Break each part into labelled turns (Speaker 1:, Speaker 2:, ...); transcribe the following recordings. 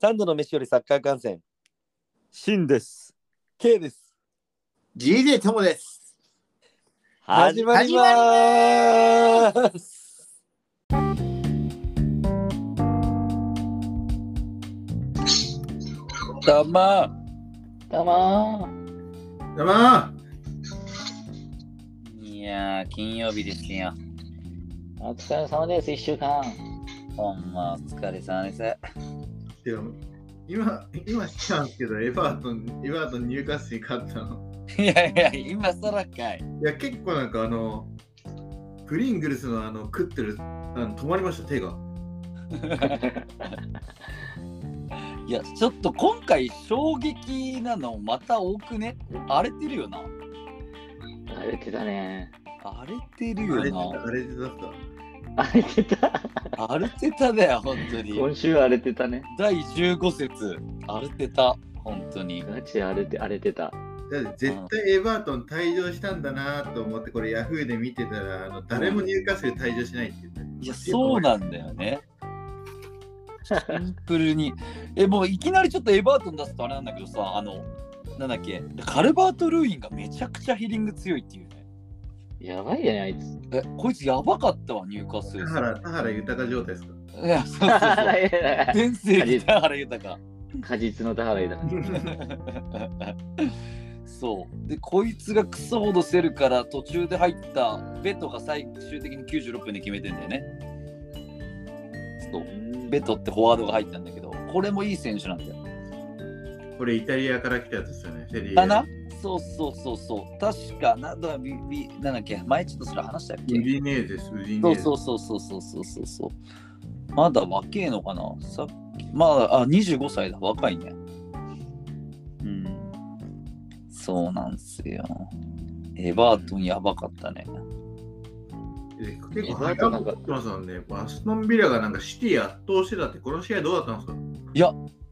Speaker 1: 三度の飯よりサッカー観戦
Speaker 2: シンです。
Speaker 1: K です。
Speaker 3: GJ ともです。
Speaker 1: 始まりまーす。
Speaker 2: たま。
Speaker 4: どうも
Speaker 3: どうも
Speaker 2: いやー、金曜日ですよ。
Speaker 4: ーお疲れ様です、一週間。
Speaker 2: ほんま、お疲れ様です。
Speaker 3: てか今、今知ったんですけど、エバートン、エバートン入荷数に勝ったの。
Speaker 2: い やいや、今更かい。
Speaker 3: いや、結構なんかあの、プリングルスのあの、食ってる、あの止まりました、手が。
Speaker 2: いや、ちょっと今回衝撃なのまた多くね。荒れてるよな。
Speaker 4: 荒れてたね。
Speaker 2: 荒れてる
Speaker 3: あれ、
Speaker 2: よ
Speaker 3: あれだっ
Speaker 4: 荒れてた。
Speaker 2: な。荒れてただよ、本当に。
Speaker 4: 今週荒れてたね。
Speaker 2: 第15節、荒れてた。本当に。
Speaker 4: ガチで荒れて荒れてた。
Speaker 3: た。だって絶対エバートン退場したんだなと思って、これヤフーで見てたら、あの誰も入荷数退場しないって言ってた。
Speaker 2: いや、そうなんだよね。シンプルに。え、もういきなりちょっとエバートン出すとあれなんだけどさ、あの、なんだっけ、カルバート・ルーインがめちゃくちゃヒーリング強いっていうね。
Speaker 4: やばいよね、あいつ。
Speaker 2: え、こいつやばかったわ、入荷数。い
Speaker 3: 田原、田原豊状態ですか
Speaker 2: や、そうそうそう。天性に田原豊。
Speaker 4: 果実の田原だ。
Speaker 2: そう。で、こいつがクソほどせるから、途中で入ったベトが最終的に96分で決めてんだよね。そう。ベトってフォワードが入ったんだけど、これもいい選手なんだよ。
Speaker 3: これイタリアから来たやつですよね、セリエ
Speaker 2: だな。そうそうそうそう。確か、なんだ、ビビなんだっけ、前ちょっとそれ話したっ
Speaker 3: ウ
Speaker 2: け
Speaker 3: ディネーゼです、ウディネ
Speaker 2: そ
Speaker 3: ー
Speaker 2: う
Speaker 3: ゼ。
Speaker 2: そうそうそうそうそうそうそう。まだ若えのかなさっき、まあ、あ、25歳だ、若いね。うん。そうなんすよ。エバートンやばかったね。
Speaker 3: 結構早かってますもんね。アストンビラがなんかシティ圧倒してたって、この試合どうだったんで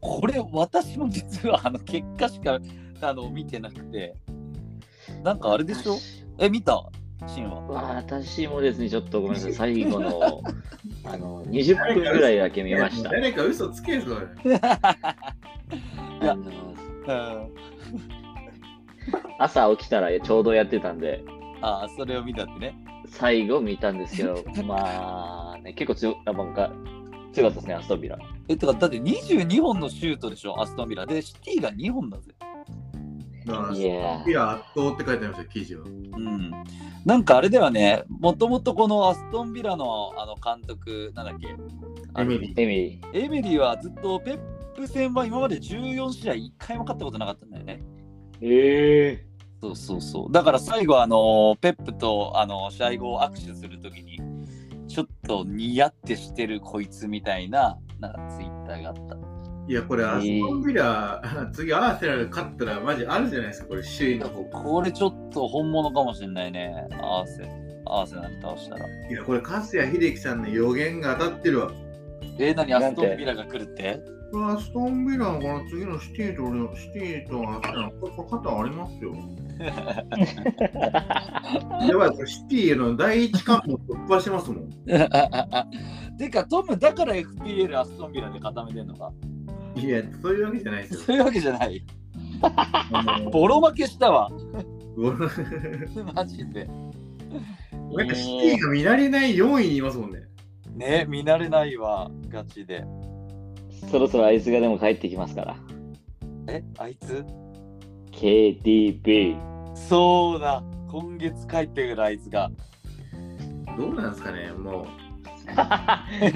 Speaker 2: これ、私も実は、あの、結果しか、あの、見てなくて。なんかあれでしょえ、見たシンは。
Speaker 4: 私もですね、ちょっとごめんなさい、最後の あの20分ぐらいだけ見ますし
Speaker 3: か
Speaker 4: た。
Speaker 3: 誰か嘘つけそれ。
Speaker 2: いや
Speaker 4: あ
Speaker 2: う
Speaker 4: の
Speaker 2: ん。
Speaker 4: 朝起きたらちょうどやってたんで、
Speaker 2: ああ、それを見たってね。
Speaker 4: 最後見たんです けど、まあ、ね、結構強やっぱか強かったですね、アストンビラ。
Speaker 2: え、てか、だって22本のシュートでしょ、アストンビラ。で、シティが2本だぜ。
Speaker 3: まあ、
Speaker 4: い
Speaker 3: い
Speaker 4: やー
Speaker 3: や、圧倒って書いてありました、記事は。
Speaker 2: うん。なんかあれではね、もともとこのアストンビラのあの監督、なんだっけ
Speaker 3: エミリ
Speaker 4: エミリー。
Speaker 2: エメリーはずっとペップ戦は今まで14試合1回も勝ったことなかったんだよね。
Speaker 4: ええ
Speaker 2: そうそうそう。だから最後、あの、ペップと、あの、試合後握手するときに、ちょっと似合ってしてるこいつみたいな、なんかツイッターがあった。
Speaker 3: ー。いや、これアストンビラ、 次アーセナル勝ったらマジあるじゃないですか、これ首位の方。
Speaker 2: これちょっと本物かもしれないね。アーセ、アーセナル倒したら。
Speaker 3: いや、これ、粕谷秀樹さんの予言が当たってるわ。
Speaker 2: えー、何
Speaker 4: なん
Speaker 2: ア
Speaker 4: て
Speaker 2: ストンビラが来るって
Speaker 3: これアストンビラのこの次のシティと俺、シティとアーセナル、これこれ肩ありますよ。 やばい、これシティの第一関門突破してますもん。
Speaker 2: てかトムだから FPL アストンビラで固めてんのか
Speaker 3: いや、そういうわけじゃないです
Speaker 2: そ う
Speaker 3: よ。
Speaker 2: いうわけじゃない
Speaker 3: あの
Speaker 2: ボロ負けしたわ
Speaker 3: な
Speaker 2: マジで
Speaker 3: んかシティが見られない4位にいますもんね。
Speaker 2: ね見慣れないわガチで
Speaker 4: そろそろあいつがでも帰ってきますから。
Speaker 2: えあいつ
Speaker 4: KDB。
Speaker 2: そうだ今月帰ってくるあいつが
Speaker 3: どうなんですかね、も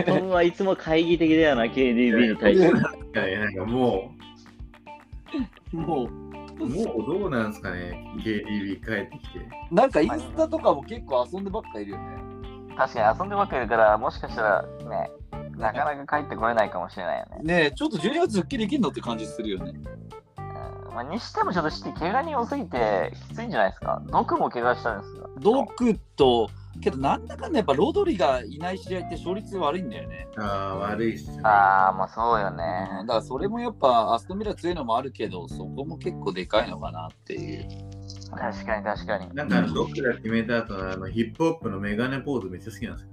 Speaker 4: トムはいつも懐疑的だよな、KDB に対して。
Speaker 3: う。いやいやなんかも
Speaker 2: もう
Speaker 3: う、もうどうなんですかね、KDB 帰ってきて。
Speaker 2: なんかインスタとかも結構遊んでばっかいるよね
Speaker 4: 確かに遊んでばっかりだから、もしかしたらね、なかなか帰ってこれないかもしれないよね。
Speaker 2: ねえちょっと12月復帰できんのって感じするよね
Speaker 4: うんまあ、にしてもちょっとシティ、怪我人多すぎてきついんじゃないですか。毒も怪我したんですが。
Speaker 2: ドクとけど、なんだかんだやっぱロドリがいない試合って勝率悪いんだよね。
Speaker 3: あー悪いっすね。
Speaker 4: ああ、まあそうよね。
Speaker 2: うんだからそれもやっぱアストンミラー強いのもあるけど、そこも結構でかいのかなっていう。
Speaker 4: 確かに確かに。
Speaker 3: なんかあの、僕が決めた後のあのヒップホップのメガネポーズめっちゃ好きなんで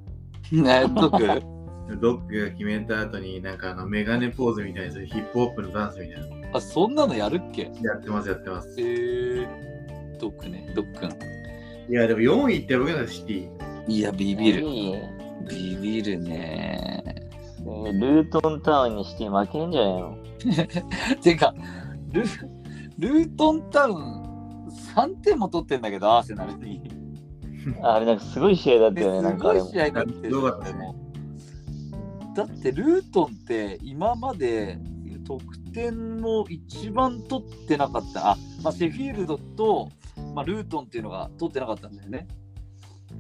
Speaker 3: すよ
Speaker 2: ね、ドク
Speaker 3: ドッグが決めた後になんかあのメガネポーズみたいなヒップホップのダンスみたいな
Speaker 2: あ、そんなのやるっけ
Speaker 3: やってますやってます
Speaker 2: えー、ドックね、ドックン。
Speaker 3: いやでも4位って僕がシティ
Speaker 2: いや、ビビる。
Speaker 4: いい
Speaker 2: ビビるね。
Speaker 4: ルートンタウンにして負けんじゃないの
Speaker 2: てか、ルルートンタウン3点も取ってんだけど、アーセナルに。
Speaker 4: あれなんかすごい試合だった
Speaker 2: で
Speaker 4: よね、な
Speaker 2: す
Speaker 4: んか
Speaker 2: ご
Speaker 4: あれ
Speaker 2: い
Speaker 4: も。
Speaker 2: 試合になってる
Speaker 3: どうだった
Speaker 2: でもだってルートンって今まで得点の一番取ってなかったあ、まあ、シェフィールドと、まあ、ルートンっていうのが取ってなかったんだよね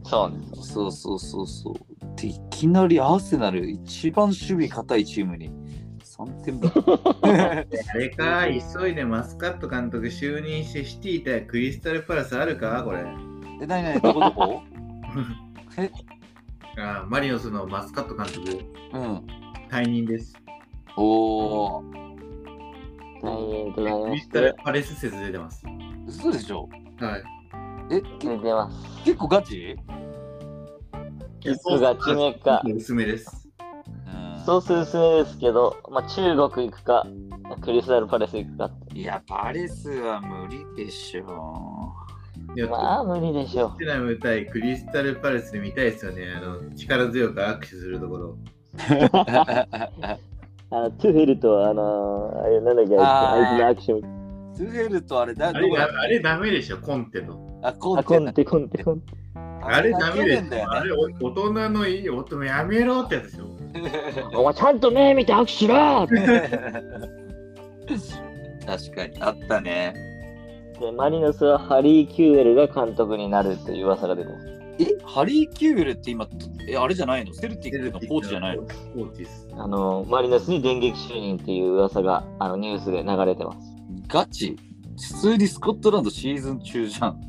Speaker 4: そうね。
Speaker 2: そうそうそうそうでいきなりアーセナル一番守備硬いチームに3点 分
Speaker 3: あれか急いでマスカット監督就任してシティ対クリスタルパラスあるかこれ
Speaker 2: え何何どこどこえ
Speaker 3: あーマリノスのマスカット監督
Speaker 2: うん
Speaker 3: 退任です
Speaker 2: おお
Speaker 4: 大変と
Speaker 3: ク
Speaker 4: なりま
Speaker 3: リ
Speaker 4: し
Speaker 3: スタル
Speaker 4: て。
Speaker 3: パレス説出てます
Speaker 2: 嘘でしょ
Speaker 3: はい
Speaker 2: え
Speaker 4: 出
Speaker 2: け
Speaker 4: てます。
Speaker 2: 結構ガチ
Speaker 4: キスが決めか。
Speaker 3: おすすめです
Speaker 2: うん
Speaker 4: そうするすめですけど、まあ、中国行くか、クリスタルパレス行くかって。
Speaker 2: いや、パレスは無理でしょ
Speaker 3: いや
Speaker 4: まあ無理でしょ
Speaker 3: トッテナム対クリスタルパレスで見たいですよね。あの力強く握手するところ。
Speaker 2: う。
Speaker 4: う。あのトゥフェルと、あのー、あれなんだっけ、あいつあいつのアクション。
Speaker 2: トゥフェルとあれだ、
Speaker 3: あれだあれダメでしょ、コンテの。
Speaker 2: あ、コ
Speaker 4: あ、
Speaker 2: ンテ
Speaker 4: コン
Speaker 2: だ。
Speaker 4: テコンテコンテ。
Speaker 3: あれダメで
Speaker 2: だ
Speaker 3: し
Speaker 2: んだ
Speaker 3: ょ。
Speaker 2: よ
Speaker 3: あ
Speaker 2: ね。
Speaker 3: れお大人のいい大人やめろってやつでしょ。
Speaker 4: お前ちゃんと目見て握手しろって。
Speaker 2: 確かに、あったね。
Speaker 4: で、マリノスはハリー・キューエルが監督になるという噂が出てます。
Speaker 2: え、ハリー・キューベルって今、え、あれじゃないのセルティックのコーチじゃないの
Speaker 3: コーチです。
Speaker 4: あのー、マリノスに電撃就任っていう噂が、あの、ニュースで流れてます。
Speaker 2: ガチ普通にスコットランドシーズン中じゃん。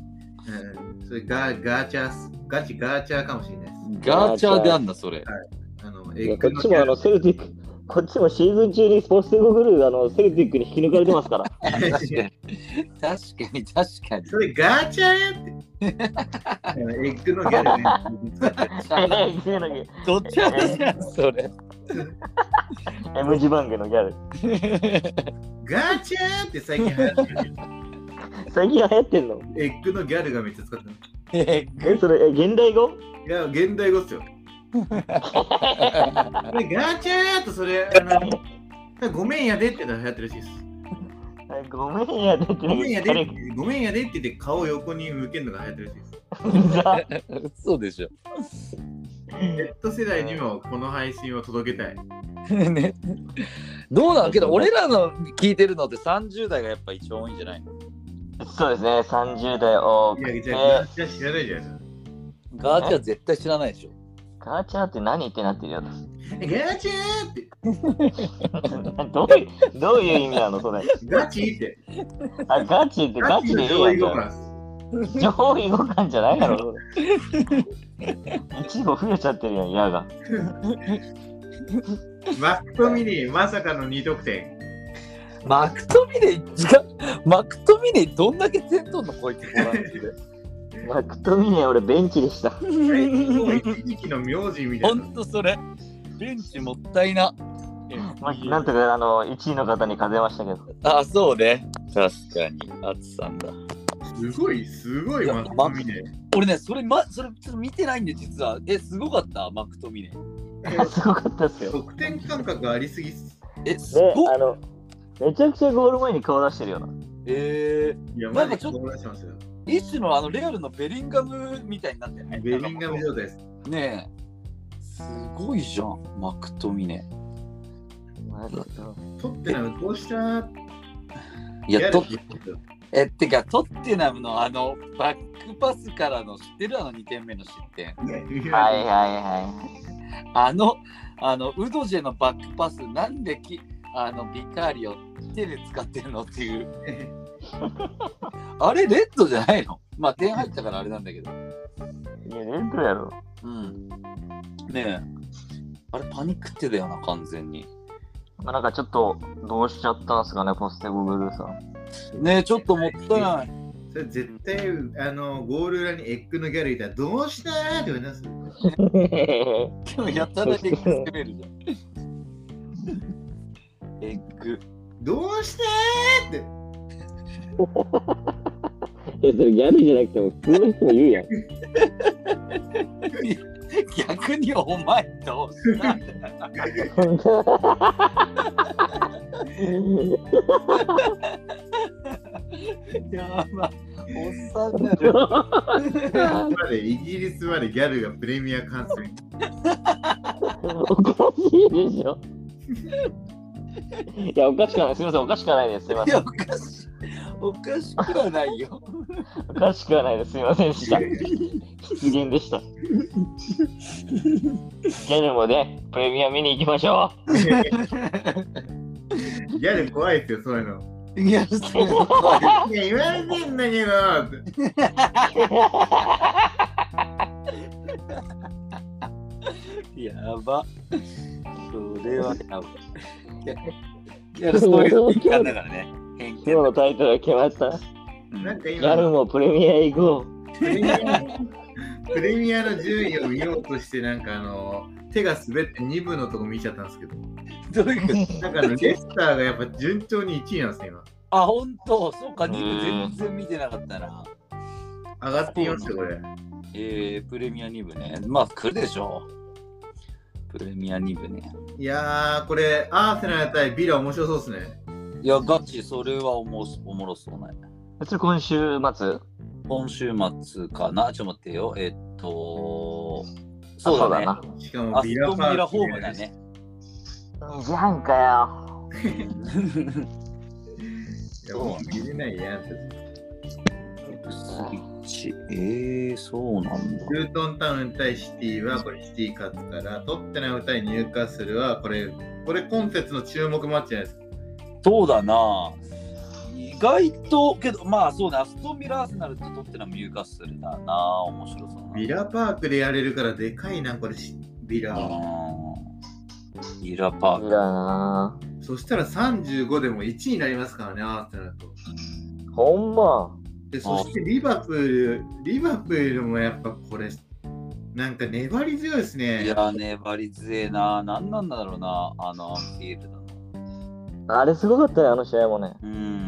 Speaker 3: うん、それガガーチャース、ガチガーチャーかもしれないで
Speaker 2: ガーチャーであんな、それ。
Speaker 3: す。あの、
Speaker 4: い
Speaker 3: エ
Speaker 4: や
Speaker 3: ッ
Speaker 4: こ
Speaker 3: グ
Speaker 4: っ
Speaker 3: の
Speaker 4: ちもあ のセルティック、こっちもシーズン中にスポーツテゴグルー、あのセルティックに引き抜かれてますから。
Speaker 2: 確かに、確かに、確かに。
Speaker 3: それガーチャーやって。あのエッグのギャルね。
Speaker 2: どっちゃじゃん、 それ。
Speaker 4: M 字番組のギャル。
Speaker 3: ガーチャーって最近流行ってる。
Speaker 4: 最近流行ってんの
Speaker 3: エッグのギャルがめっちゃ使ってる。
Speaker 2: え
Speaker 4: え、それ、え、現代語
Speaker 3: いや、現代語っすよ。これガーチャーとそれ、あのごめんやでってのが流行ってるらしいです。
Speaker 4: えごめんやでって。
Speaker 3: ごめんやで
Speaker 4: あれ、
Speaker 3: ごめんやでって言って顔を横に向けるのが流行ってるらしいです。
Speaker 4: うざ
Speaker 2: そうでしょ。
Speaker 3: Z 世代にもこの配信を届けたい。
Speaker 2: ね、どうなのけど俺らの聞いてるのって30代がやっぱ一番多いんじゃないの
Speaker 4: そうですね、30代多
Speaker 3: い
Speaker 4: く
Speaker 3: や、
Speaker 4: て
Speaker 3: じ。ゃあ、知らないじゃない
Speaker 2: ガーチャー絶対知らないでしょ。
Speaker 4: ガーチャーって何ってなってるよ。
Speaker 3: ですか。ガーチャーって、
Speaker 4: どういう、どういう意味なのそれ。
Speaker 3: ガチって、
Speaker 4: あ、ガチってガチでい
Speaker 3: 上位
Speaker 4: い
Speaker 3: 互
Speaker 4: やん。
Speaker 3: 換。
Speaker 4: 情報動かんじゃない だろ。一号増えちゃってるやん、矢が。
Speaker 3: マクトミニ、まさかの2得点。
Speaker 2: マクトミネイが、マクトミネイどんだけ点取んのこいつボランチで。
Speaker 4: マクトミネ、俺ベンチでした。
Speaker 3: もう一時の名字みた
Speaker 2: ほ
Speaker 3: いな。
Speaker 2: んとそれ。ベンチもったいな。
Speaker 4: まあ、なんとかあの1位の方に風ましたけど、
Speaker 2: あ、そうね。確かに。あつさんだ。
Speaker 3: すごい、すごい
Speaker 2: いや
Speaker 3: マクトミニ。
Speaker 2: 俺ね、それ、ま、それちょっと見てないんで、実は。え、すごかったマクトミネイ。
Speaker 4: すごかったっすよ。
Speaker 3: 得点感覚ありすぎっす。
Speaker 2: え、す
Speaker 4: で、
Speaker 2: ご
Speaker 4: あ
Speaker 2: っ
Speaker 4: の、めちゃくちゃゴール前に顔出してるよな。
Speaker 2: えー、
Speaker 3: いや、
Speaker 2: な
Speaker 3: マ
Speaker 2: ん
Speaker 3: ジ
Speaker 2: かち
Speaker 3: で
Speaker 2: ょっと
Speaker 3: 友達しますよ。
Speaker 2: 一種のあのレアルのベリンガムみたいになってない
Speaker 3: ベリンガム状態です。
Speaker 2: ねえすごいじゃんマクトミネ
Speaker 4: マジで
Speaker 3: トッテナムどうした
Speaker 2: いやと
Speaker 3: い
Speaker 2: えってかトッテナムのあのバックパスからの知ってるあの2点目の失点
Speaker 4: はいは
Speaker 3: や
Speaker 4: いは
Speaker 2: あのあのウドジェのバックパスなんできあのビカーリを手で使ってるのっていう あれレッドじゃないのまあ点入ったからあれなんだけど
Speaker 5: いや、全部やろ。
Speaker 2: うん。ねえ。あれ、パニックってだよな、完全に。
Speaker 4: まあ、なんかちょっと、どうしちゃったんすかね、ポステゴブルーさ ん。
Speaker 2: ねえ、ちょっともったいない。
Speaker 3: それ絶対あのゴール裏にエッグのギャルいたらどうしたーって言います
Speaker 2: でも、やったらエッグ作れるじゃん。エッグ。
Speaker 3: どうしたーって
Speaker 4: え、それギャルじゃなくても、普通の人も言うやん。
Speaker 2: 逆にお前どうしたんだよやばい。おっさんだよ。
Speaker 3: までイギリスまでギャルがプレミア感染
Speaker 4: おかしいでしょ。いや、おかしくない。すみません、おかしくはないです。すみま
Speaker 2: い
Speaker 4: せん
Speaker 2: や、お。かしい。おかしくはないよ。
Speaker 4: おかしくはないです。すみませんでした。失言でした。ギャルもね、プレミア見に行きましょう。
Speaker 3: ギャル怖いですよそういうの
Speaker 2: いや、そう
Speaker 3: いや言われてんだけどって
Speaker 2: やば。それはやばい。いや、そういう意見だからね。偏見
Speaker 4: 今日のタイトルが決まった。
Speaker 3: なんか
Speaker 4: ギャル
Speaker 3: 今
Speaker 4: もプレミア行こう。
Speaker 3: プレミアプレミアの順位を見ようとしてなんかあの手が滑って2部のとこ見ちゃったんですけど
Speaker 2: どういうこと
Speaker 3: なんかあのレスターがやっぱ順調に1位なんですね今
Speaker 2: あ、本当そうか、2部全然見てなかったな。
Speaker 3: 上がっていますよこれ
Speaker 2: えー、プレミア2部ね。まあ、来るでしょう。プレミア2部ね。
Speaker 3: いやーこれアーセナル対ビラ面白そうですね
Speaker 2: いや、ガチ、それはおもしおもろそうね。
Speaker 4: それ今週末
Speaker 2: 今週末かなちょっと待ってよ。えっと、そうだね。
Speaker 4: あ
Speaker 3: しかも
Speaker 2: アス
Speaker 3: ビラ
Speaker 2: トン
Speaker 3: ファ
Speaker 2: ビラ
Speaker 3: ー
Speaker 2: ホームだね。
Speaker 4: そうだな。じゃんかよ。
Speaker 3: いやもう見れないやんって
Speaker 2: 一えー、そうなんだ。
Speaker 3: ルートンタウン対シティはこれシティ勝つから、トッテナム対ニューカッスルはこれ、これ今節の注目マッチじゃないですか。
Speaker 2: そうだな。意外と、けど、まあそうね、アストンビラアーセナルってとってのはミューカッスルだな。面白そうな。
Speaker 3: ビラパークでやれるからでかいな、これし、ビラ。
Speaker 2: うんビラパ
Speaker 4: だ
Speaker 2: ーク。
Speaker 4: な。
Speaker 3: そしたら35でも1位になりますからね、アーセナルと。
Speaker 4: ほんま。
Speaker 3: で、そしてリバプール、リバプールもやっぱこれ、なんか粘り強いです
Speaker 2: い
Speaker 3: ね。
Speaker 2: や、粘り強えな。何なんだろうな、あの、アンフィールドの。
Speaker 4: あれすごかったね、あの試合もね。
Speaker 2: うん。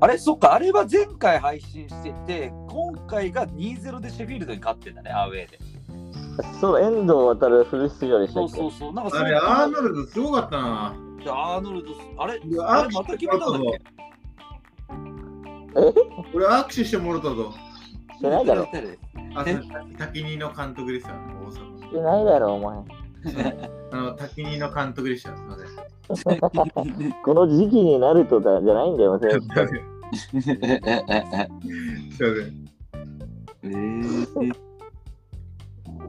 Speaker 2: あれ、そっか、あれは前回配信してて、今回が2-0でシェフィールドに勝ってんだね、アウェーで。
Speaker 4: そうだ、遠藤航フル出場でした
Speaker 2: そ
Speaker 4: っ
Speaker 2: う
Speaker 4: け
Speaker 2: そうそう。なんかそ
Speaker 3: あ
Speaker 2: う
Speaker 3: れ、アーノルドすごかったな。
Speaker 2: アーノルドス、あれ
Speaker 3: いや
Speaker 2: あれまた決めたんだ っけ
Speaker 3: 俺握手してもらったぞ。
Speaker 4: してないだろ。し
Speaker 2: 誰
Speaker 3: あ、それ滝仁の監督でした、大阪の。
Speaker 4: てないだろ、お前。
Speaker 3: あの、滝仁の監督でした、すみません。
Speaker 4: この時期になるとだじゃないん だよ、
Speaker 3: すいません
Speaker 4: 選手たち
Speaker 3: すいません
Speaker 2: えー、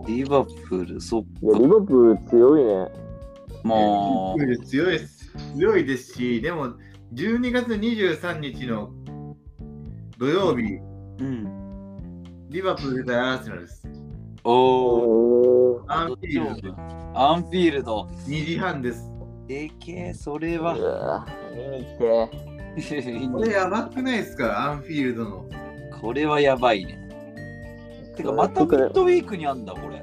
Speaker 2: リバプール、そっ
Speaker 4: いや、リ
Speaker 2: か。
Speaker 4: バプール強いね。
Speaker 2: も
Speaker 3: プール強いです強いですし、でも12月23日の土曜日、
Speaker 2: う、うん。
Speaker 3: リバプール対アーセナルです。
Speaker 2: おー、
Speaker 4: おー
Speaker 3: アンフィールド
Speaker 2: アンフィールド。
Speaker 3: 2時半です。
Speaker 2: でけえ、それ
Speaker 4: う
Speaker 2: は。
Speaker 4: わ見に来て。
Speaker 3: これやばくないですか、アンフィールドの。
Speaker 2: これはやばいね。てか、またミッドウィークにあんだ、これ。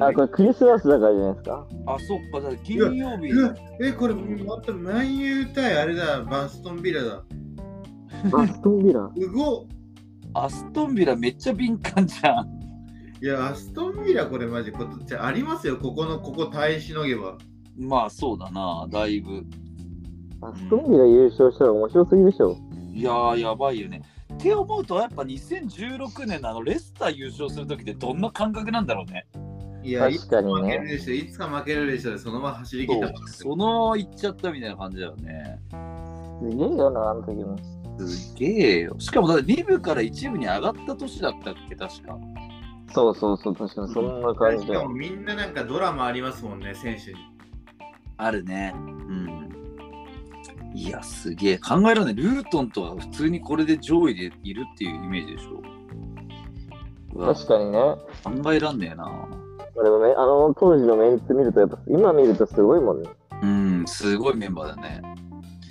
Speaker 4: あ、これクリスマスだからじゃないですか。
Speaker 2: あ、そっか、だから金曜日。
Speaker 3: うわえ、これ、また、マンユー対あれだ、バストンビラだ。
Speaker 4: バストンビラ。
Speaker 3: うごっ
Speaker 2: アストンビラめっちゃ敏感じゃん。
Speaker 3: いや、アストンビラ、これマジ、こっちありますよ、ここの、ここ耐えしのげば。
Speaker 2: まあ、そうだな、だいぶ。
Speaker 4: バストンビラ優勝したら面白すぎでしょ。
Speaker 2: いやー、やばいよね。って思うと、やっぱ2016年のあのレスター優勝するときってどんな感覚なんだろうね。
Speaker 3: いや、
Speaker 4: 確かに
Speaker 3: 負ける
Speaker 4: ね。
Speaker 3: でしょ、いつか負けるでしょ、そのまま走り切
Speaker 2: そ
Speaker 3: った
Speaker 2: う
Speaker 3: もんですよ
Speaker 2: そのいっちゃったみたいな感じだよね。
Speaker 4: すげえよな、あの時も。
Speaker 2: すげえよ。しかもだって2部から1部に上がった年だったっけ、確か。
Speaker 4: そうそうそう、確かにそんな感じ
Speaker 3: し
Speaker 4: だ
Speaker 3: かも
Speaker 4: よ。
Speaker 3: みんななんかドラマありますもんね、選手に。
Speaker 2: あるね。うん。いや、すげえ。考えられない。ルートンとは普通にこれで上位でいるっていうイメージでしょ。うわ
Speaker 4: 確かにね。
Speaker 2: 考えらんねえな。
Speaker 4: まあでもね、あの当時のメンツ見ると、やっぱ今見るとすごいもんね。
Speaker 2: うん、すごいメンバーだね。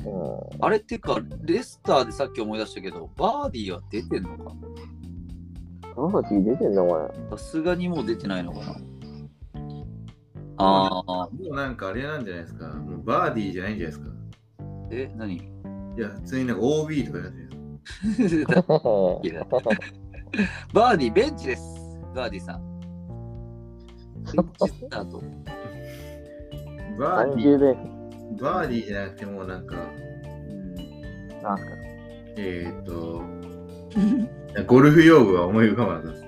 Speaker 4: う
Speaker 2: あれっていうか、レスターでさっき思い出したけど、バーディーは出てんのか
Speaker 4: ん。バーディー出てんの
Speaker 2: さ
Speaker 4: か
Speaker 2: すがにもう出てないのかなああ、
Speaker 3: もうなんかあれなんじゃないですか。もうバーディーじゃないんじゃないですか。
Speaker 2: え、何
Speaker 3: いや、普通になんか OB とかやってる。
Speaker 2: だ
Speaker 4: な
Speaker 2: いやバーディー、ベンチです。バーディーさん。ベンチスタート。
Speaker 3: バーディ
Speaker 4: 30で。
Speaker 3: ー、バーディーじゃなくてもうなんか、
Speaker 2: うん
Speaker 4: なんすか
Speaker 3: えー、っと、ゴルフ用具は思い浮かばなかったで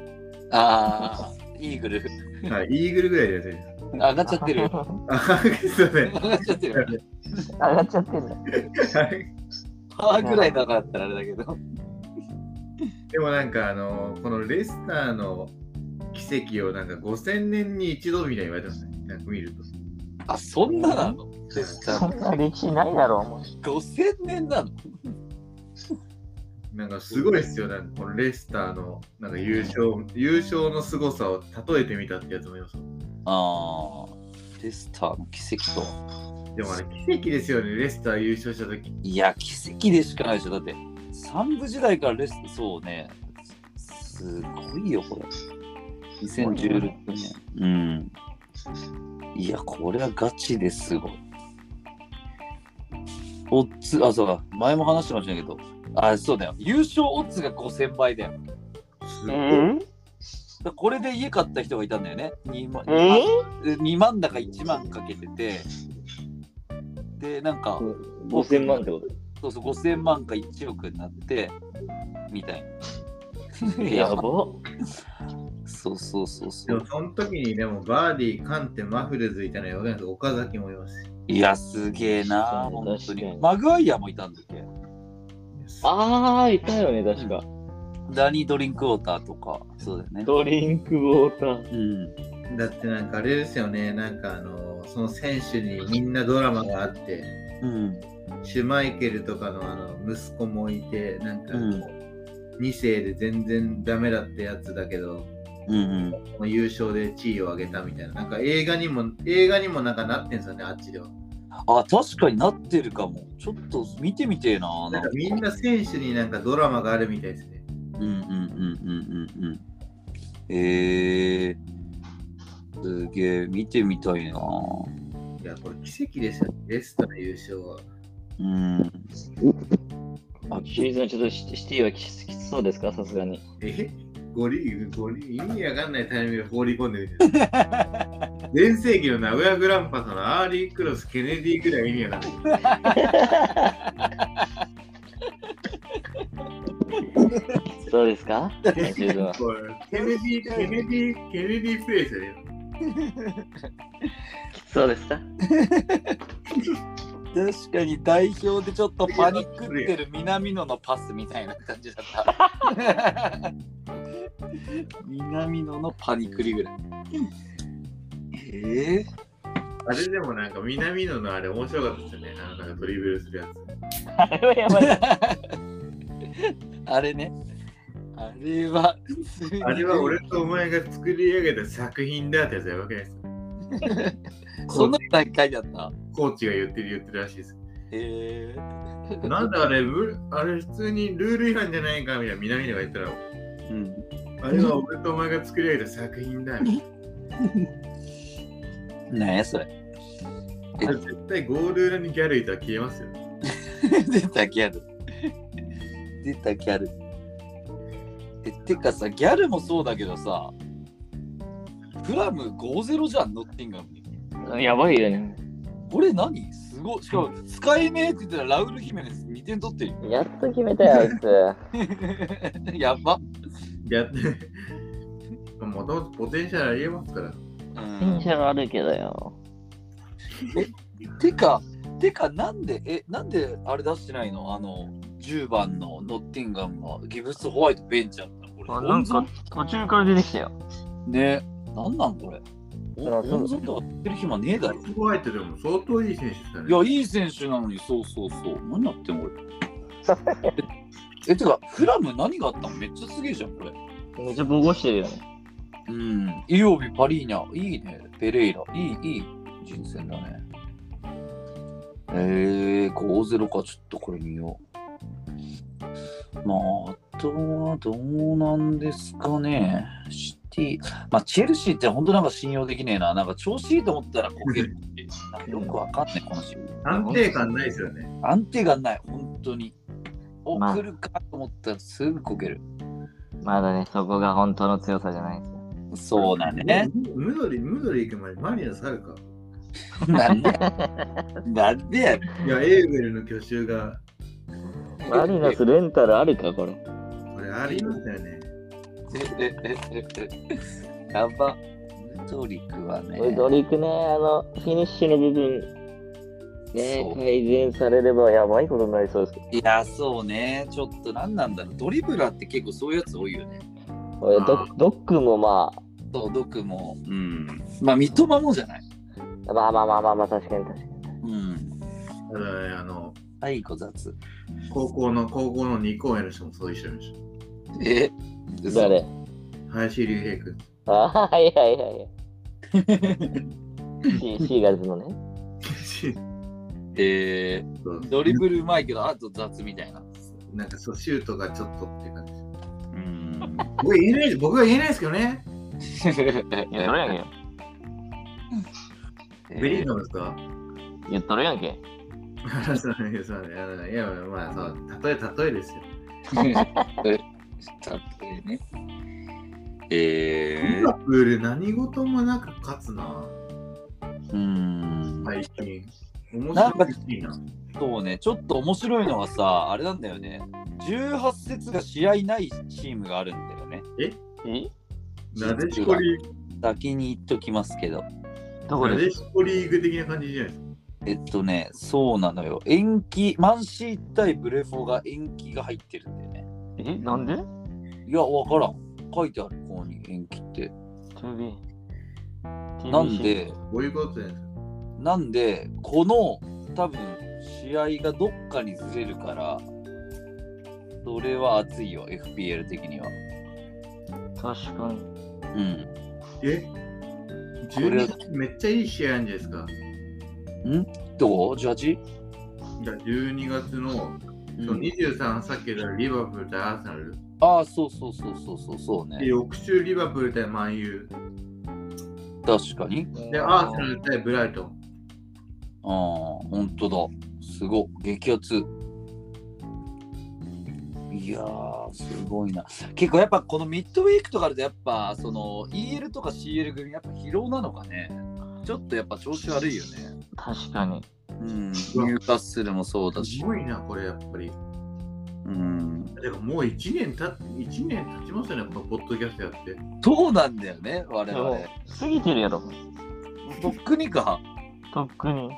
Speaker 2: ああ、イーグル。
Speaker 3: す。はい、イーグルぐらいでやってる。
Speaker 2: 上がっちゃってる。
Speaker 3: あ、すいません
Speaker 2: 上。がっちゃってる。
Speaker 4: 上がっちゃってんだ。
Speaker 3: はい
Speaker 2: パワーぐらいだからったらあれだけど。
Speaker 3: でもなんかあのこのレスターの奇跡をなんか5000年に一度みたいに言われてますね。なんか見ると。
Speaker 2: あ、そんななのレスタ
Speaker 4: そ
Speaker 2: ー
Speaker 4: んな歴史ないだろう、もう。
Speaker 2: 5000年なの
Speaker 3: なんかすごいですよ、なんかこのレスターのなんか優勝、優勝の凄さを例えてみたってやつもいます。
Speaker 2: ああ、レスターの奇跡とは。
Speaker 3: でもあれ奇跡ですよね、レスター優勝した時
Speaker 2: いや、奇跡でしかないでしょ。だって、三部時代からレスそうね。すごいよ、これ。2016年。うん。いや、これはガチですごい。オッズ、あ、そうだ、前も話してましたけど、あ、そうだよ。優勝オッズが5000倍だよ。
Speaker 3: すご
Speaker 4: え
Speaker 3: い
Speaker 4: ー、
Speaker 2: だからこれで家買った人がいたんだよね。2万
Speaker 4: えー、
Speaker 2: 2万だか1万かけてて。で、なんか、
Speaker 5: 5000万ってこと
Speaker 2: そうそう、5000万か1億になって、みたい な。
Speaker 5: やばっ。
Speaker 2: そうそうそうそ
Speaker 3: で
Speaker 2: う
Speaker 3: も。その時にでもバーディー、カンテ、マフルズいたのよ、岡崎もいますし。
Speaker 2: いや、すげえな、
Speaker 5: そうね
Speaker 2: 本当
Speaker 5: 確か
Speaker 2: に。
Speaker 5: に
Speaker 2: マグワイアもいたんだっけ
Speaker 5: あー、いたよね、確か。
Speaker 2: ダニードリンクウォーターとか、そうだよね。
Speaker 5: ドリンクウォーター。
Speaker 2: うん。
Speaker 3: だってなんかあれですよね、なんかあのその選手にみんなドラマがあって。
Speaker 2: うん。
Speaker 3: シュマイケルとかのあの息子もいて、なんか、
Speaker 2: うん
Speaker 3: 2世で全然ダメだったやつだけど、
Speaker 2: うん
Speaker 3: この優勝で地位を上げたみたいな、なんか映画にも、映画にもなんかなってんすよね、あっちでは。
Speaker 2: あ、確かになってるかも。ちょっと見てみてえな。
Speaker 3: なんかみんな選手になんかドラマがあるみたいですね。
Speaker 2: うんうんうんうんうんうん。えー、すげえ、見てみたいな。
Speaker 3: いや、これ奇跡ですよね、レスタの優勝は。
Speaker 2: うん。
Speaker 5: あ、シリーズのちょっとシシティはきつきつそうですか、さすがに。
Speaker 3: えゴリゴリ意味わかんないタイミングで放り込んでみてる。全盛期の名古屋グランパスのアーリー・クロス、ケネディぐらい意味わかんない。
Speaker 5: そうですかシリーズ は
Speaker 3: これケネディ、ケネディ、ケネディプレイスだよ。
Speaker 5: きつそうです か
Speaker 2: 確かに代表でちょっとパニックってる南野のパスみたいな感じだった。南野のパニクリぐらい。え
Speaker 3: あれでもなんか南野のあれ面白かったですよね。あのなんかドリブルするやつ。
Speaker 5: あれはやばい。
Speaker 2: ー、あれね。あれは普通に
Speaker 3: あれは俺とお前が作り上げた作品だってやつやばくないですか
Speaker 2: そんな大会だった。
Speaker 3: コーチが言ってる言ってるらしいです。
Speaker 2: えー、
Speaker 3: なんだあれ、ぶあれ普通にルール違反じゃないかみたいな南野が言ったら、
Speaker 2: うん
Speaker 3: あれは俺とお前が作り上げた作品だ。
Speaker 2: なんやそれ。
Speaker 3: あれ絶対ゴール裏にギャルいたら消えますよ。
Speaker 2: 出たギャル。出たギャル。え、てかさ、ギャルもそうだけどさ、フラム5-0じゃん、ノッティンガムに。
Speaker 5: やばいよね。
Speaker 2: これ何すごい。しかも、使い目って言ったらラウル・ヒメネス2点取ってるよ。
Speaker 4: やっと決めたよ、あい つ。
Speaker 2: やば。
Speaker 3: やって。もともとポテンシャルありえますから。
Speaker 2: う
Speaker 4: テン
Speaker 2: ん
Speaker 4: シ、ョンあるけどよ。
Speaker 2: てか、てか、なんで、え、なんであれ出してないのあの、10番のノッティンガムはギブス・ホワイトベンチャーだった。これ、
Speaker 4: なんか途中から出てきたよ。
Speaker 2: ね、なんなんこれ。
Speaker 4: あそう
Speaker 2: 温存とかやってる暇ねえだろ。
Speaker 3: ホワイトでも相当いい選手ですから
Speaker 2: いや、
Speaker 3: ね。
Speaker 2: いい選手なのに、そうそうそう。何 やってんの、俺。え、てか、フラム何があったのめっちゃすげえじゃん、これ。
Speaker 4: めっちゃ防護してるよね。
Speaker 2: うん。イオビ、パリーニャ、いいね。ペレイラ、いい、いい人選だね。えー、5-0か、ちょっとこれ見よう。まあ、あとはどうなんですかね。シティ、まあ、チェルシーって本当なんか信用できねえな。なんか調子いいと思ったらこけるし、なんかよくわかんない、この試合。
Speaker 3: 安定感ないですよね。
Speaker 2: 安定がない、本当に。
Speaker 4: まあ
Speaker 2: 送るかと思ったらすぐこける。
Speaker 4: まだね、そこが本当の強さじゃないですよ。
Speaker 2: そうだね。
Speaker 3: ムドリ、ムドリ行く前にマリナスあるか。
Speaker 2: なんでなんでやね
Speaker 3: いや、エーベルの去就が、
Speaker 2: ん
Speaker 4: マリナスレンタルあるか、これ。
Speaker 3: これありましたよね。
Speaker 2: えええええ やば。ムドリクはね
Speaker 4: こ。れドリクね、あの、フィニッシュの部分、
Speaker 2: そ
Speaker 4: ね、
Speaker 2: う
Speaker 4: 改善されればやばいことになりそうですけ
Speaker 2: いや、そうね。ちょっと何なんだろう。ドリブラーって結構そういうやつ多いよね。
Speaker 4: ど、これド
Speaker 3: あ
Speaker 4: ドックもま
Speaker 2: そう、ドクも。うん。まあ、三笘もじゃない。
Speaker 4: あ、まあまあまあまあまあ、確かに確かに。
Speaker 2: うん。
Speaker 3: ただね、あの、
Speaker 2: はい、ご雑。
Speaker 3: 高校の、高校の2校への人もそう一緒でし
Speaker 2: え
Speaker 4: 誰
Speaker 3: た。林竜 平君。
Speaker 4: ああ、いやいやい や。シシーガルズのね。
Speaker 2: え
Speaker 3: そう
Speaker 2: ー、ドリブルうまいけど、あと雑みたいな。
Speaker 3: なんかそう、シュートがちょっとっていう感じ。
Speaker 2: うん。
Speaker 3: 僕は言えない、僕は言えないですけどね。
Speaker 4: 言っとるやんけ。
Speaker 3: ベリーガムですか
Speaker 4: 言っとるやんけ。
Speaker 3: 話さないですよね。あのいや、まあ、そう、例え、例えですよ。
Speaker 2: たとえね。え
Speaker 3: リバプール何事もなく勝つな、
Speaker 2: ー、うん。
Speaker 3: 最近。面白いな。
Speaker 2: そうね、ちょっと面白いのはさ、あれなんだよね。18節が試合ないチームがあるんだよね。
Speaker 3: なでしこリー
Speaker 2: 先に言っときますけど。
Speaker 4: ど
Speaker 3: グ、
Speaker 4: こ
Speaker 3: な
Speaker 4: で
Speaker 3: でしこリーグ的な感じじゃないですか。
Speaker 2: えっとね、そうなのよ。延期、マンシー対ブレフォが延期が入ってるんだよね。
Speaker 4: え、なんで
Speaker 2: いや、わからん。書いてある、ここに延期って。
Speaker 4: ?To be。
Speaker 2: なんで、
Speaker 3: こういうことじゃないですか。
Speaker 2: なんで、この多分試合がどっかにずれるから、それは熱いよ、FPL 的には。
Speaker 4: 確かに。
Speaker 2: うん。
Speaker 3: え ?12 月めっちゃいい試合なんじゃないですか。
Speaker 2: どうジャッジ
Speaker 3: いや12月の、そう
Speaker 2: うん
Speaker 3: 23さっき言ったリバプール対アーセナル。
Speaker 2: ああ、そうそうそうそうそうそう
Speaker 3: で、
Speaker 2: ね。
Speaker 3: 翌週リバプール対マンユ
Speaker 2: 確かに。
Speaker 3: ー。で、アーセナル対ブライトン。
Speaker 2: ああ、ほんとだ。すごい。激アツ。いやー、すごいな。結構やっぱこのミッドウィークとかあると、やっぱその EL とか CL 組、やっぱ疲労なのかね。ちょっとやっぱ調子悪いよね。
Speaker 4: 確かに。
Speaker 2: うん。ニューカッスルもそうだ
Speaker 3: す
Speaker 2: し。
Speaker 3: ごいな、これやっぱり。
Speaker 2: うん。
Speaker 3: でももう1年た一年経ちますよね、このポッドキャストやって。
Speaker 2: そうなんだよね、我
Speaker 4: でも
Speaker 2: 々。
Speaker 4: 過ぎてるやろ。
Speaker 2: とっくにか。
Speaker 4: とっくに。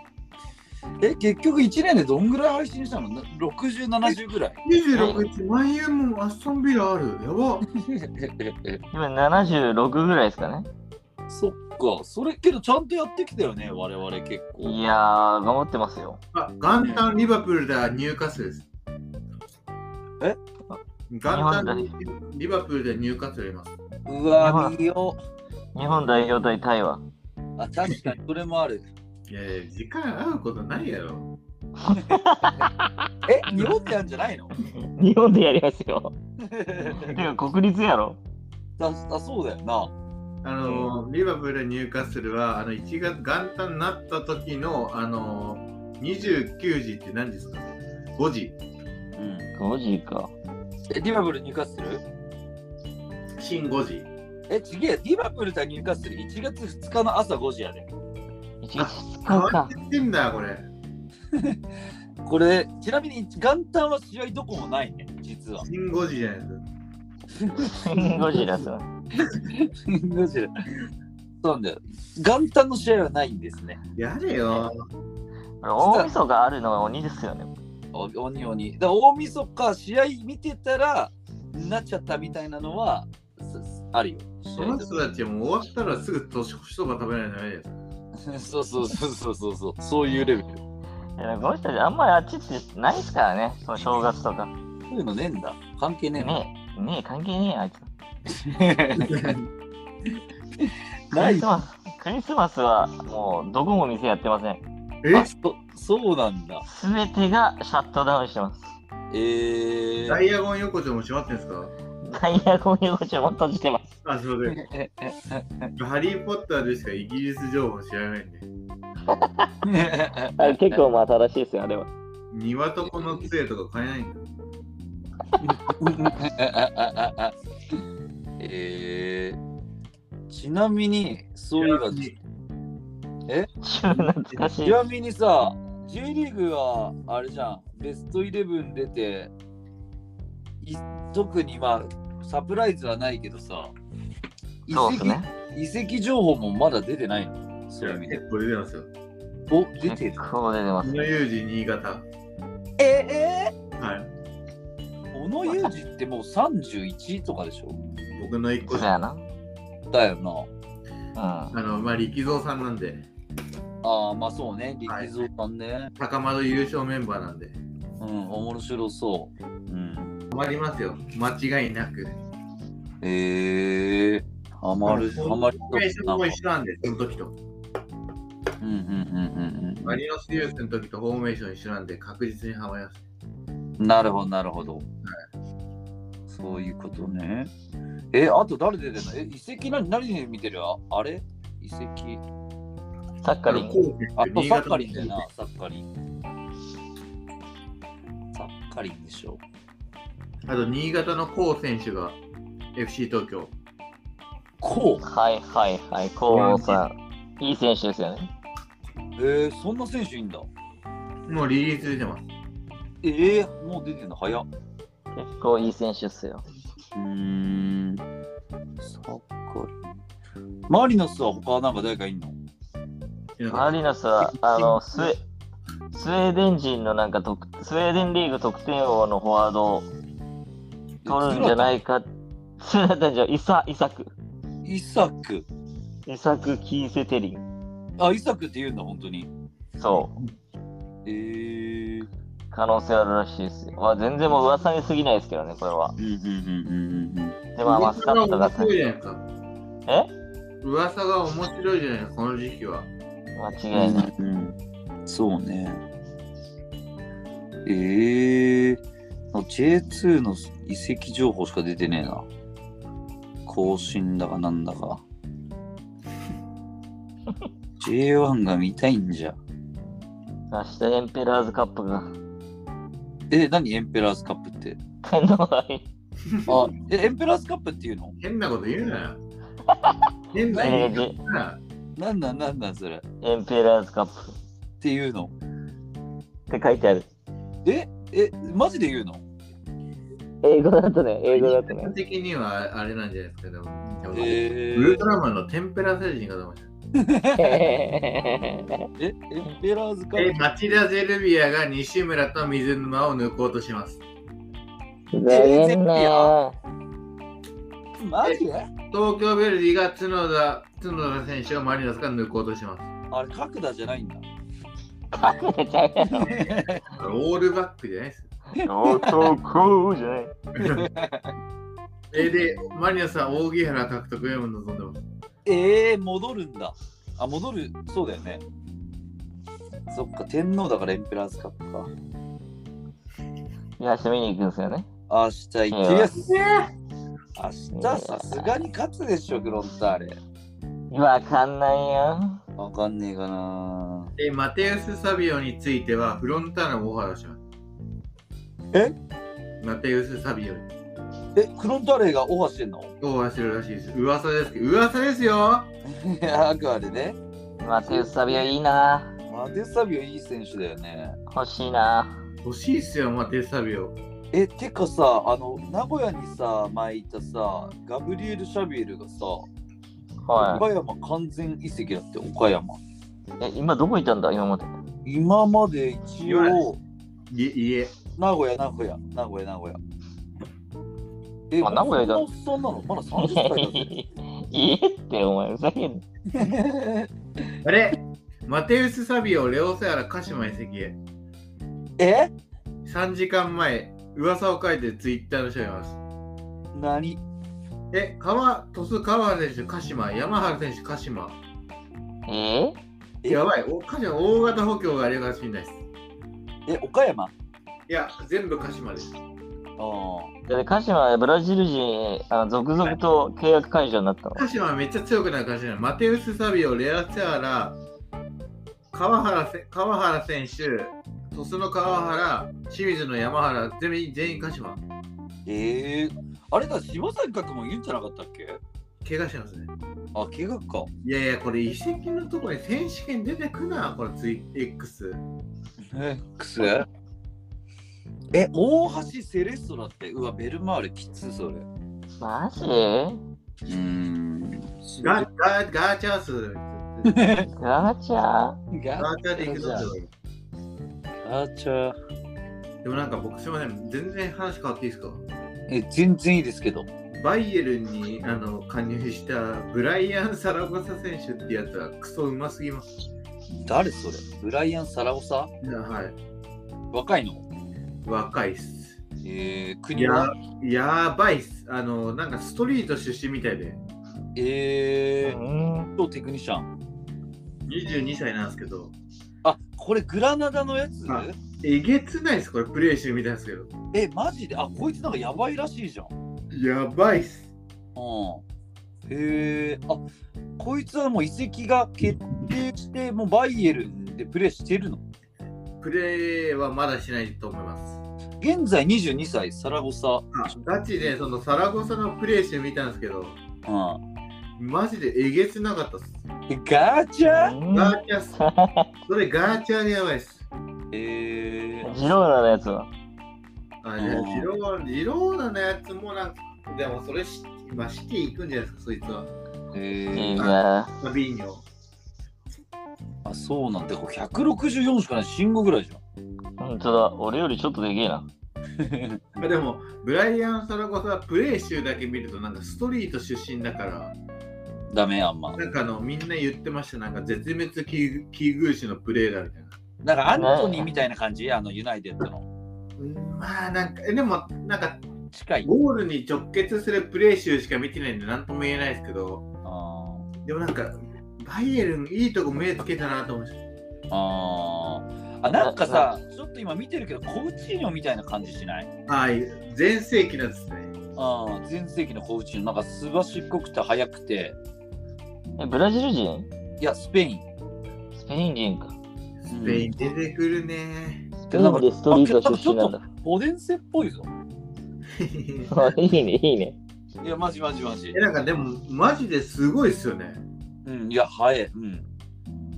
Speaker 2: え、結局1年でどんぐらい配信したのな ?60、70ぐらい。
Speaker 3: 26日、マンユーもアッソンビラある。やば。
Speaker 4: 今76ぐらいですかね。
Speaker 2: そっか、それけどちゃんとやってきたよね、我々結構。
Speaker 4: いやー、頑張ってますよ。
Speaker 3: あ、元旦リバプールだ、入荷数です。
Speaker 2: え
Speaker 3: 元旦リバプールで入荷数います。
Speaker 2: うわ、見よう。
Speaker 4: 日本代表対タイは。
Speaker 2: あ、確かにそれもある。
Speaker 3: いやいや、時間合うことないやろ。
Speaker 2: え、日本でやんじゃないの
Speaker 4: 日本でやりますよ。て
Speaker 2: だ
Speaker 4: か国立やろ。
Speaker 2: だそうだよな。
Speaker 3: あのー、リバプールで入荷するは、あの、1月、元旦になった時の、あのー、29時って何ですか ?5 時。
Speaker 2: うん、
Speaker 4: 5時か。
Speaker 2: えディバプール入荷する
Speaker 3: 新5時。
Speaker 2: え、ちげえ、ディバプール対入荷する1月2日の朝5時やで。
Speaker 4: 1月
Speaker 3: 変
Speaker 4: 2日
Speaker 3: わっ。
Speaker 4: か
Speaker 3: てってんだよ、これ。
Speaker 2: これ、ちなみに元旦は試合どこもないね、実 は。
Speaker 3: 新5時じゃないですか。
Speaker 4: ゴジラさん。
Speaker 2: どちらそうなんだよ。元旦の試合はないんですね。
Speaker 3: やれよ。
Speaker 4: これ大晦日あるのは鬼ですよね。
Speaker 2: お鬼鬼。だから大晦日試合見てたらなっちゃったみたいなのはすすあるよ。
Speaker 3: その人たちも終わったらすぐ年越しとか食べないとダメです。
Speaker 2: そうそうそうそうそうそう。 そういうレベル。そ
Speaker 4: いやこの人たちあんまりあっちってないですからね。その正月とか。ね
Speaker 2: ういうのねえんだ。関係ねえの。
Speaker 4: え、ねえ、関係ねえや、あいつ。クリスマス、クリスマスはもうどこも店やってません。
Speaker 3: え
Speaker 2: あそそうなんだ。
Speaker 4: すべてがシャットダウンしてます。
Speaker 2: えー、
Speaker 3: ダイヤゴン横丁も閉まってんすか
Speaker 4: ダイヤゴン横丁も閉じてます。
Speaker 3: あ、すいません。ハリー・ポッターでしかイギリス情報知らないんで。
Speaker 4: あれ結構まあ正しいですよ、あれは。
Speaker 3: 庭とこの杖とか買えないんだ。
Speaker 2: えー、ちなみに、そういえば、ち
Speaker 4: 懐かしい。
Speaker 2: なみにさ、J リーグはあれじゃん、ベストイレブン出て、い特にまあ、サプライズはないけどさ、遺
Speaker 4: そう
Speaker 2: 跡,、
Speaker 4: ですね。
Speaker 2: 遺跡情報もまだ出てないの。そういう意味で。
Speaker 3: 結構出てますよ。
Speaker 2: お、出て
Speaker 4: 結
Speaker 2: る。
Speaker 4: 構出てます
Speaker 3: 野。有事新潟。
Speaker 2: ええ
Speaker 3: はい。
Speaker 2: 小野裕二ってもう31とかでしょ
Speaker 3: 僕の一個
Speaker 4: そう
Speaker 3: 下。
Speaker 4: やな。
Speaker 2: だよな。
Speaker 4: うん。
Speaker 3: あの、まあ、力蔵さんなんで、
Speaker 2: ああ、まあそうね、力蔵さんね。
Speaker 3: 高窓優勝メンバーなんで、
Speaker 2: うん、面白そう。うん。
Speaker 3: 困りますよ。間違いなく。
Speaker 2: ええー、ハマる、ハマりそう
Speaker 3: 最初
Speaker 2: な
Speaker 3: も一緒なんで、その時と。
Speaker 2: うんうんうんうん
Speaker 3: マリノスユースの時とフォーメーション一緒なんで、確実にハマります。
Speaker 2: うん。なるほど、なるほど。そういうことね。え、あと誰出てんのえ、遺跡何、何で見てるああれ遺跡。
Speaker 4: サッカリン。
Speaker 2: あと
Speaker 3: 新
Speaker 2: サ
Speaker 3: 潟
Speaker 2: ッカリンだよな、サッカリン。サッカリンでしょ。
Speaker 3: あと、新潟のコウ選手が FC 東京。
Speaker 2: こう
Speaker 4: はいはいはい。こうさん。いい選手ですよね。
Speaker 2: えー、そんな選手いいんだ。
Speaker 3: もうリリース出てます。
Speaker 2: ええー、もう出てんの早っ。
Speaker 4: 結構いい選手っすよ。
Speaker 2: うーん。サッカリ。マリノスは他なんか誰かいんの
Speaker 4: マリノスは、あの、スウェスウェーデン人のなんか得、スウェーデンリーグ得点王のフォワードを取るんじゃないか。 スラタンじゃ、イサ、イサク。
Speaker 2: イサク。
Speaker 4: イサク・キーセテリン。
Speaker 2: あ、イサクって言うんだ、本当に。
Speaker 4: そう。
Speaker 2: えー。
Speaker 4: 可能性あるらしいですよ。まあ全然もう噂に過ぎないですけどね、これは。
Speaker 2: うんうんうんうんうん。
Speaker 4: で、まあまあ、スカ
Speaker 3: 噂
Speaker 4: ット
Speaker 3: が面
Speaker 4: が
Speaker 3: 白いじゃないですか。
Speaker 4: え
Speaker 3: 噂が面白いじゃないですか、この時期は。
Speaker 4: 間違いない。
Speaker 2: うん、そうね。えー、J2 の移籍情報しか出てねえな。更新だかなんだか。J1 が見たいんじゃ。
Speaker 4: 明日 エンペラーズカップが。
Speaker 2: え、何エンペラーズカップって。
Speaker 4: 天皇杯。
Speaker 2: あ、え、エンペラーズカップっていうの
Speaker 3: 変なこと言うな よ。変な
Speaker 4: え
Speaker 3: 言
Speaker 4: ー
Speaker 3: い
Speaker 4: じ
Speaker 3: 方な。
Speaker 2: なんなんなんなんそれ。っ
Speaker 4: エンペラーズカップ。
Speaker 2: ていうの。
Speaker 4: って書いてある。
Speaker 2: え、え、マジで言うの
Speaker 4: 英語だとね、英語だと
Speaker 3: 基
Speaker 4: ね
Speaker 3: 本。的にはあれなんじゃないですか、でも。
Speaker 2: え
Speaker 3: ウルトラマンのテンペラ星人かと思いました。
Speaker 2: え、エンペラーズカ
Speaker 3: え
Speaker 2: ッ
Speaker 3: ー、マチダ・ゼルビアが西村と水沼を抜こうとします。
Speaker 4: ふざけんなよ。
Speaker 2: プマジで
Speaker 3: 東京ヴェルディが角田角田選手をマリノスから抜こうとします。
Speaker 2: あれ、角田じゃないんだ。
Speaker 4: 隠れちゃうやろ。
Speaker 3: オールバックじゃないです。
Speaker 4: 男じゃない。
Speaker 3: えーで、マリノスは扇原獲得へも望んでます。
Speaker 2: えー、戻るんだ。あ、戻る、そうだよね。そっか、天皇だからエンペラーズカップか。
Speaker 4: 明日見に行くんですよね。
Speaker 2: 明日行ってやす。明日さすがに勝つでしょ、フロンターレ。
Speaker 4: わかんないよ。
Speaker 2: わかんねえかな。
Speaker 3: えーマテウス・サビオについてはフロンターナもオファーをします。
Speaker 1: え
Speaker 3: マテウス・サビオに
Speaker 2: え、フロンターレがオファーしてん の
Speaker 3: オファーしてるらしいです。噂ですけど、噂ですよ
Speaker 2: いやアクアでね。
Speaker 4: マテウス・サビはいいな。
Speaker 2: マテスサビオいい選手だよね。
Speaker 4: 欲しいな。
Speaker 3: 欲しいっすよ、マテウス・サビオ。
Speaker 2: え、てかさ、あの、名古屋にさ、前いたさ、ガブリエル・シャビエルがさ、
Speaker 4: は
Speaker 2: 岡山完全移籍だって、岡山。
Speaker 4: い。え、今どこいたんだ今ま で。
Speaker 2: 今まで一応、
Speaker 3: いいえ、
Speaker 2: 名古屋、名古屋、名古屋、名古屋。え
Speaker 4: あ名古屋だ
Speaker 2: こんなおっさんなのまだ30歳
Speaker 4: いいって、お前、ふざけんな。
Speaker 2: だぜ。
Speaker 3: あれマテウス・サビオ、レオセアラ、鹿島遺跡へ。
Speaker 2: え
Speaker 3: 3時間前、噂を書いてツイッターの人がいます。
Speaker 2: 何
Speaker 3: え、川、鳥栖、川原選手、鹿島、山原選手、鹿島。
Speaker 4: えー、
Speaker 2: え
Speaker 3: やばい、お鹿島、大型補強があれかもしれないです。
Speaker 2: え、岡山あ
Speaker 3: いや、全部鹿島です。
Speaker 2: あ。
Speaker 4: だって鹿島はブラジル人あの続々と契約解除になったの。
Speaker 3: 鹿島はめっちゃ強くなる鹿島。マテウス・サビオ、レア・セアラ、川原せ川原選手、鳥栖の川原、清水の山原、全員全員鹿島。
Speaker 2: ええあれだ、柴崎岳も言うんじゃなかったっけ
Speaker 3: 怪我してますね。
Speaker 2: あ、怪我か。
Speaker 3: いやいや、これ移籍のとこに選手権出てくな、これツイ X。
Speaker 2: え、くせえ、大橋セレストだって、うわ、ベルマーレきつそれ。う
Speaker 4: マジ
Speaker 2: ーん。
Speaker 3: ガガガーチャース。
Speaker 4: ガチャ
Speaker 2: ガ
Speaker 3: ガーチャーで行くぞ。
Speaker 2: ガチャ。
Speaker 3: でもなんか僕すいません、全然話変わっていいですか
Speaker 2: え、全然いいですけど。
Speaker 3: バイエルンにあの加入したブライアン・サラゴサ選手ってやつはクソうますぎます。
Speaker 2: 誰それブライアン・サラオサ
Speaker 3: はい。
Speaker 2: 若いの
Speaker 3: 若いっす。
Speaker 2: えー、
Speaker 3: い
Speaker 2: 国
Speaker 3: や
Speaker 2: は、
Speaker 3: やばいっす。あの、なんかストリート出身みたいで、
Speaker 2: えー、
Speaker 4: ー。
Speaker 2: 超テクニシャン。
Speaker 3: 22歳なんですけど、
Speaker 2: あ、これグラナダのやつ
Speaker 3: あえげつないっす、これプレイしてるみたいですけど。
Speaker 2: え、マジであ、こいつなんかやばいらしいじゃん。
Speaker 3: やばいっす。
Speaker 2: うん。へえ。あ、こいつはもう移籍が決定して、もうバイエルンでプレーしてるの。
Speaker 3: プレイはまだしないと思います。
Speaker 2: 現在22歳、サラゴサ。
Speaker 3: あガチで、そのサラゴサのプレイしてみたんですけど、
Speaker 2: うん。
Speaker 3: マジでえげつなかったっす。
Speaker 2: えガチャ
Speaker 3: ガーチャっす。 それガーチャでやばいっす。
Speaker 2: ええ。
Speaker 4: ジローラのやつは。
Speaker 3: あれ、ジ
Speaker 2: うん
Speaker 3: ロージローナのやつもなんか、でもそれし、まあ、シティ行くんじゃないですか、そいつは。
Speaker 4: い
Speaker 2: え
Speaker 4: い
Speaker 2: え。
Speaker 4: な。
Speaker 3: ファビーニョ。
Speaker 2: あ、そうなんだ。これ164しかない。信号ぐらいじゃん。
Speaker 4: ほんとだ。俺よりちょっとでけえな。
Speaker 3: まあ、でも、ブライアン・サラゴサはプレー集だけ見ると、なんかストリート出身だから、
Speaker 2: ダメ、あんま。
Speaker 3: なんかあの、みんな言ってました、なんか絶滅危惧危惧種のプレーだみたいな。
Speaker 2: なんかアントニーみたいな感じ、あの、ユナイテッドの。
Speaker 3: うんまあなんか、えでも、なんか、
Speaker 2: 近い。
Speaker 3: ゴールに直結するプレー集しか見てないんで、なんとも言えないですけど、
Speaker 2: あー
Speaker 3: でもなんか、バイエルン、いいとこ目つけたなと思って。
Speaker 2: あー。あ、なんかさ、ちょっと今見てるけど、コウチーニョみたいな感じしない
Speaker 3: はい、全盛期なんですね。
Speaker 2: ああ、全盛期の小内の、なんかすばしっこくて速くて、
Speaker 4: え、ブラジル人
Speaker 2: いや、スペイン。
Speaker 4: スペイン人か。
Speaker 3: スペイン出てくるね。
Speaker 4: スペインでストリート出身なんだ。
Speaker 2: オデンセっぽいぞ。
Speaker 4: あ いいね、いいね。
Speaker 2: いや、マジマジマジ
Speaker 3: え。なんかでもマジですごいっすよね。
Speaker 2: うん、いや、速い。うん。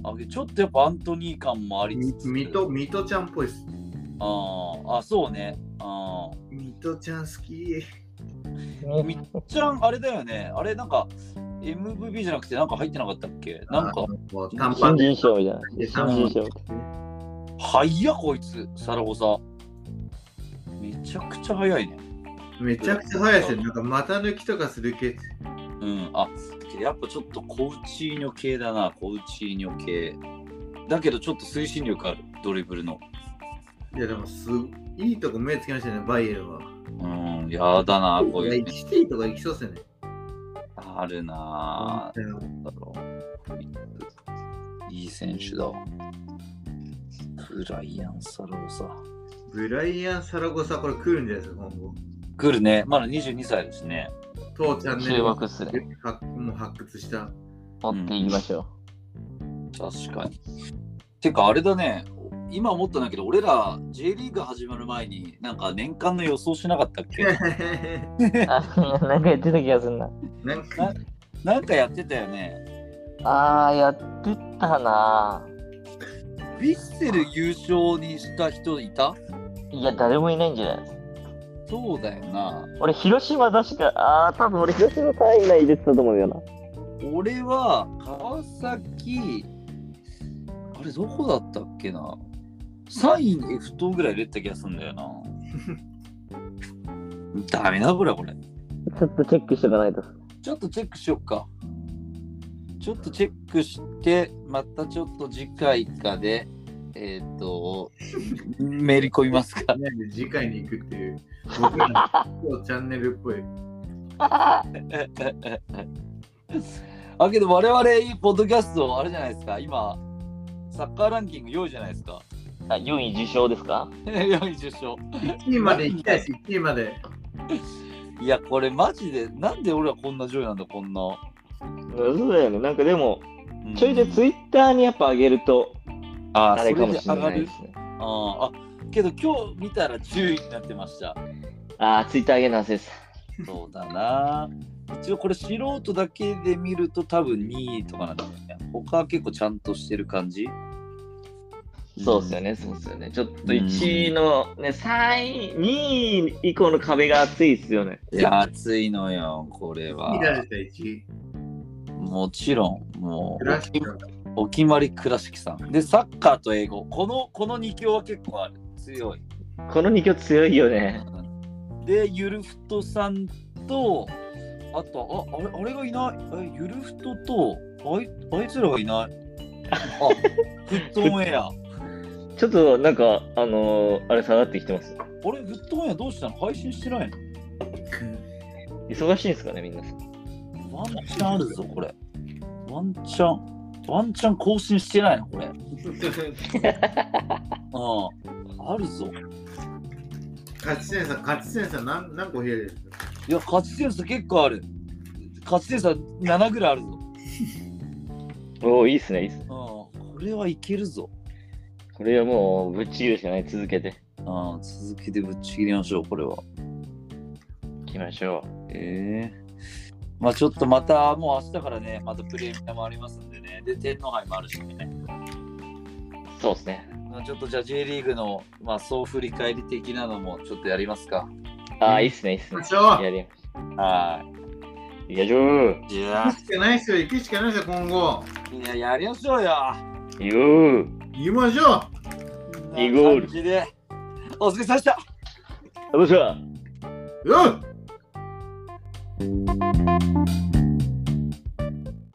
Speaker 2: あちょっとやっぱアントニー感もあり
Speaker 3: み
Speaker 2: つつ。
Speaker 3: ミトミトちゃんっぽいっす。
Speaker 2: あーあ、そうね。ああ。
Speaker 3: ミトちゃん好き。
Speaker 2: みっちゃん、あれだよね。あれ、なんか、MVP じゃなくて、なんか入ってなかったっけなんか、
Speaker 3: あもう短パン
Speaker 4: 新
Speaker 3: で
Speaker 4: 人賞みたいな。新人賞。
Speaker 2: 速や、こいつ、サラゴサ。めちゃくちゃ速いね。
Speaker 3: めちゃくちゃ速いっすよね。なんか股抜きとかする系。
Speaker 2: うん、あけどやっぱちょっとコウチーニョ系だな、コウチーニョ系。だけどちょっと推進力ある、ドリブルの。
Speaker 3: いやでもすいいとこ目つけましたね、バイエルンは。
Speaker 2: うん、やだな、こう
Speaker 3: いや、
Speaker 2: いう
Speaker 3: 行
Speaker 2: ね。
Speaker 3: きていいとか行きそうっすよね。
Speaker 2: あるなぁ。
Speaker 3: うん
Speaker 2: なんだろういい選手だ。ブライアン・サローさ。
Speaker 3: ブライアン・サラゴサ、これ来るんじゃないですか、今後。
Speaker 2: 来るね、まだ22歳ですね。
Speaker 3: 当チャンネ
Speaker 4: 注
Speaker 3: ル
Speaker 4: 目っすね。
Speaker 3: 発もう発掘した。
Speaker 4: 追っていきましょ
Speaker 2: 確かに。てか、あれだね、今思ったんだけど、俺ら J リーグ始まる前に、なんか年間の予想しなかったっ け
Speaker 4: う。 あ、なんかやってた気がすんな。
Speaker 3: なんか
Speaker 2: なんかやってたよね。
Speaker 4: あー、やってたな
Speaker 2: ヴィッセル優勝にした人いた
Speaker 4: いや、誰もいないんじゃない
Speaker 2: そうだよな。
Speaker 4: 俺、広島出しか、あー、多分俺、広島単位内入れてたと思うよな。
Speaker 2: 俺は川崎、あれどこだったっけな。サイン F 等ぐらい入れてた気がするんだよな。 ダメだこれこれ。
Speaker 4: ちょっとチェックしておか ないと。
Speaker 2: ちょっとチェックしよっか。ちょっとチェックして、またちょっと次回かで、えっ、と、めり込みますか。
Speaker 3: ね次回に行くっていう。僕らの当チャンネルっぽい。
Speaker 2: あけど我々、ポッドキャスト、あれじゃないですか、今、サッカーランキング4位じゃないですか。
Speaker 4: あ、4位受賞ですか
Speaker 2: 4位受賞。
Speaker 3: 1位まで行きたいです、1位まで。
Speaker 2: いや、これマジで、なんで俺はこんな上位なんだ、こんな。
Speaker 4: そうだよね。なんかでも、
Speaker 2: うん
Speaker 4: ちょいでツイッターにやっぱ上げると、
Speaker 2: あー
Speaker 4: あれかもしれ
Speaker 2: そ
Speaker 4: な
Speaker 2: で
Speaker 4: い
Speaker 2: 上が
Speaker 4: で
Speaker 2: る
Speaker 4: すね。
Speaker 2: あーあ、けど今日見たら10位になってました。
Speaker 4: ああ、ツイッター上げなせです。
Speaker 2: そうだな。一応これ素人だけで見ると多分2位とかなんだよね。他は結構ちゃんとしてる感じ。
Speaker 4: そうですよね、そうですよね。ちょっと1位の、ね、3位、2位以降の壁が厚いですよね。
Speaker 2: いや、熱いのよ、これは
Speaker 3: 見。られた1位。
Speaker 2: もちろん、も
Speaker 3: ク
Speaker 2: うお
Speaker 3: ラシ
Speaker 2: き
Speaker 3: ック
Speaker 2: お決まり倉敷さん。で、サッカーと英語。この、この2強は結構ある。強い。
Speaker 4: この2強強いよね。
Speaker 2: で、ゆるふとさんと、あと、ああれあれがいない。えゆるふととあい、あいつらがいない。あ、フットオンエア。あ
Speaker 4: ちょっとなんか、あのーあれ下がってきてます。
Speaker 2: れ、フットオンエアどうしたの配信してないの
Speaker 4: 忙しいんですかね、みんな。
Speaker 2: ワンチャンあるぞ、これ。ワンチャン。ワンチャン更新してないの、これ。うん。あるぞ。
Speaker 3: 勝ち点差、勝ち点差何何個増えるんですか
Speaker 2: いや、勝ち点数結構ある。勝ち点数7ぐらいあるぞ。
Speaker 4: おお、いいっすね、いいっす
Speaker 2: う
Speaker 4: ね。
Speaker 2: ん。これはいけるぞ。
Speaker 4: これはもう、ぶっちぎるしかない、続けて。
Speaker 2: うん。続けてぶっちぎりましょう、これは。
Speaker 4: いきましょ
Speaker 2: ええまあちょっとまた、もう明日からね、またプレミアもありますんでね。で、天皇杯もあるしね。
Speaker 4: う。そうですね。
Speaker 2: まあちょっとじゃあ J リーグの、まあ、総振り返り的なのもちょっとやりますか。
Speaker 4: ああ、いいっすね、いいっすね
Speaker 3: 行きまし。ょう
Speaker 4: やり
Speaker 2: は
Speaker 4: まやじょう。
Speaker 2: い。じゃあ
Speaker 3: 行くしかないですよ、行くしかないですよ、今後。
Speaker 2: いや、やりましょうよ。
Speaker 4: よう。
Speaker 3: 行きましょ
Speaker 4: イゴ
Speaker 2: こん
Speaker 4: ール
Speaker 2: な感じで。お疲れ様でした。
Speaker 4: どうした
Speaker 3: うよっ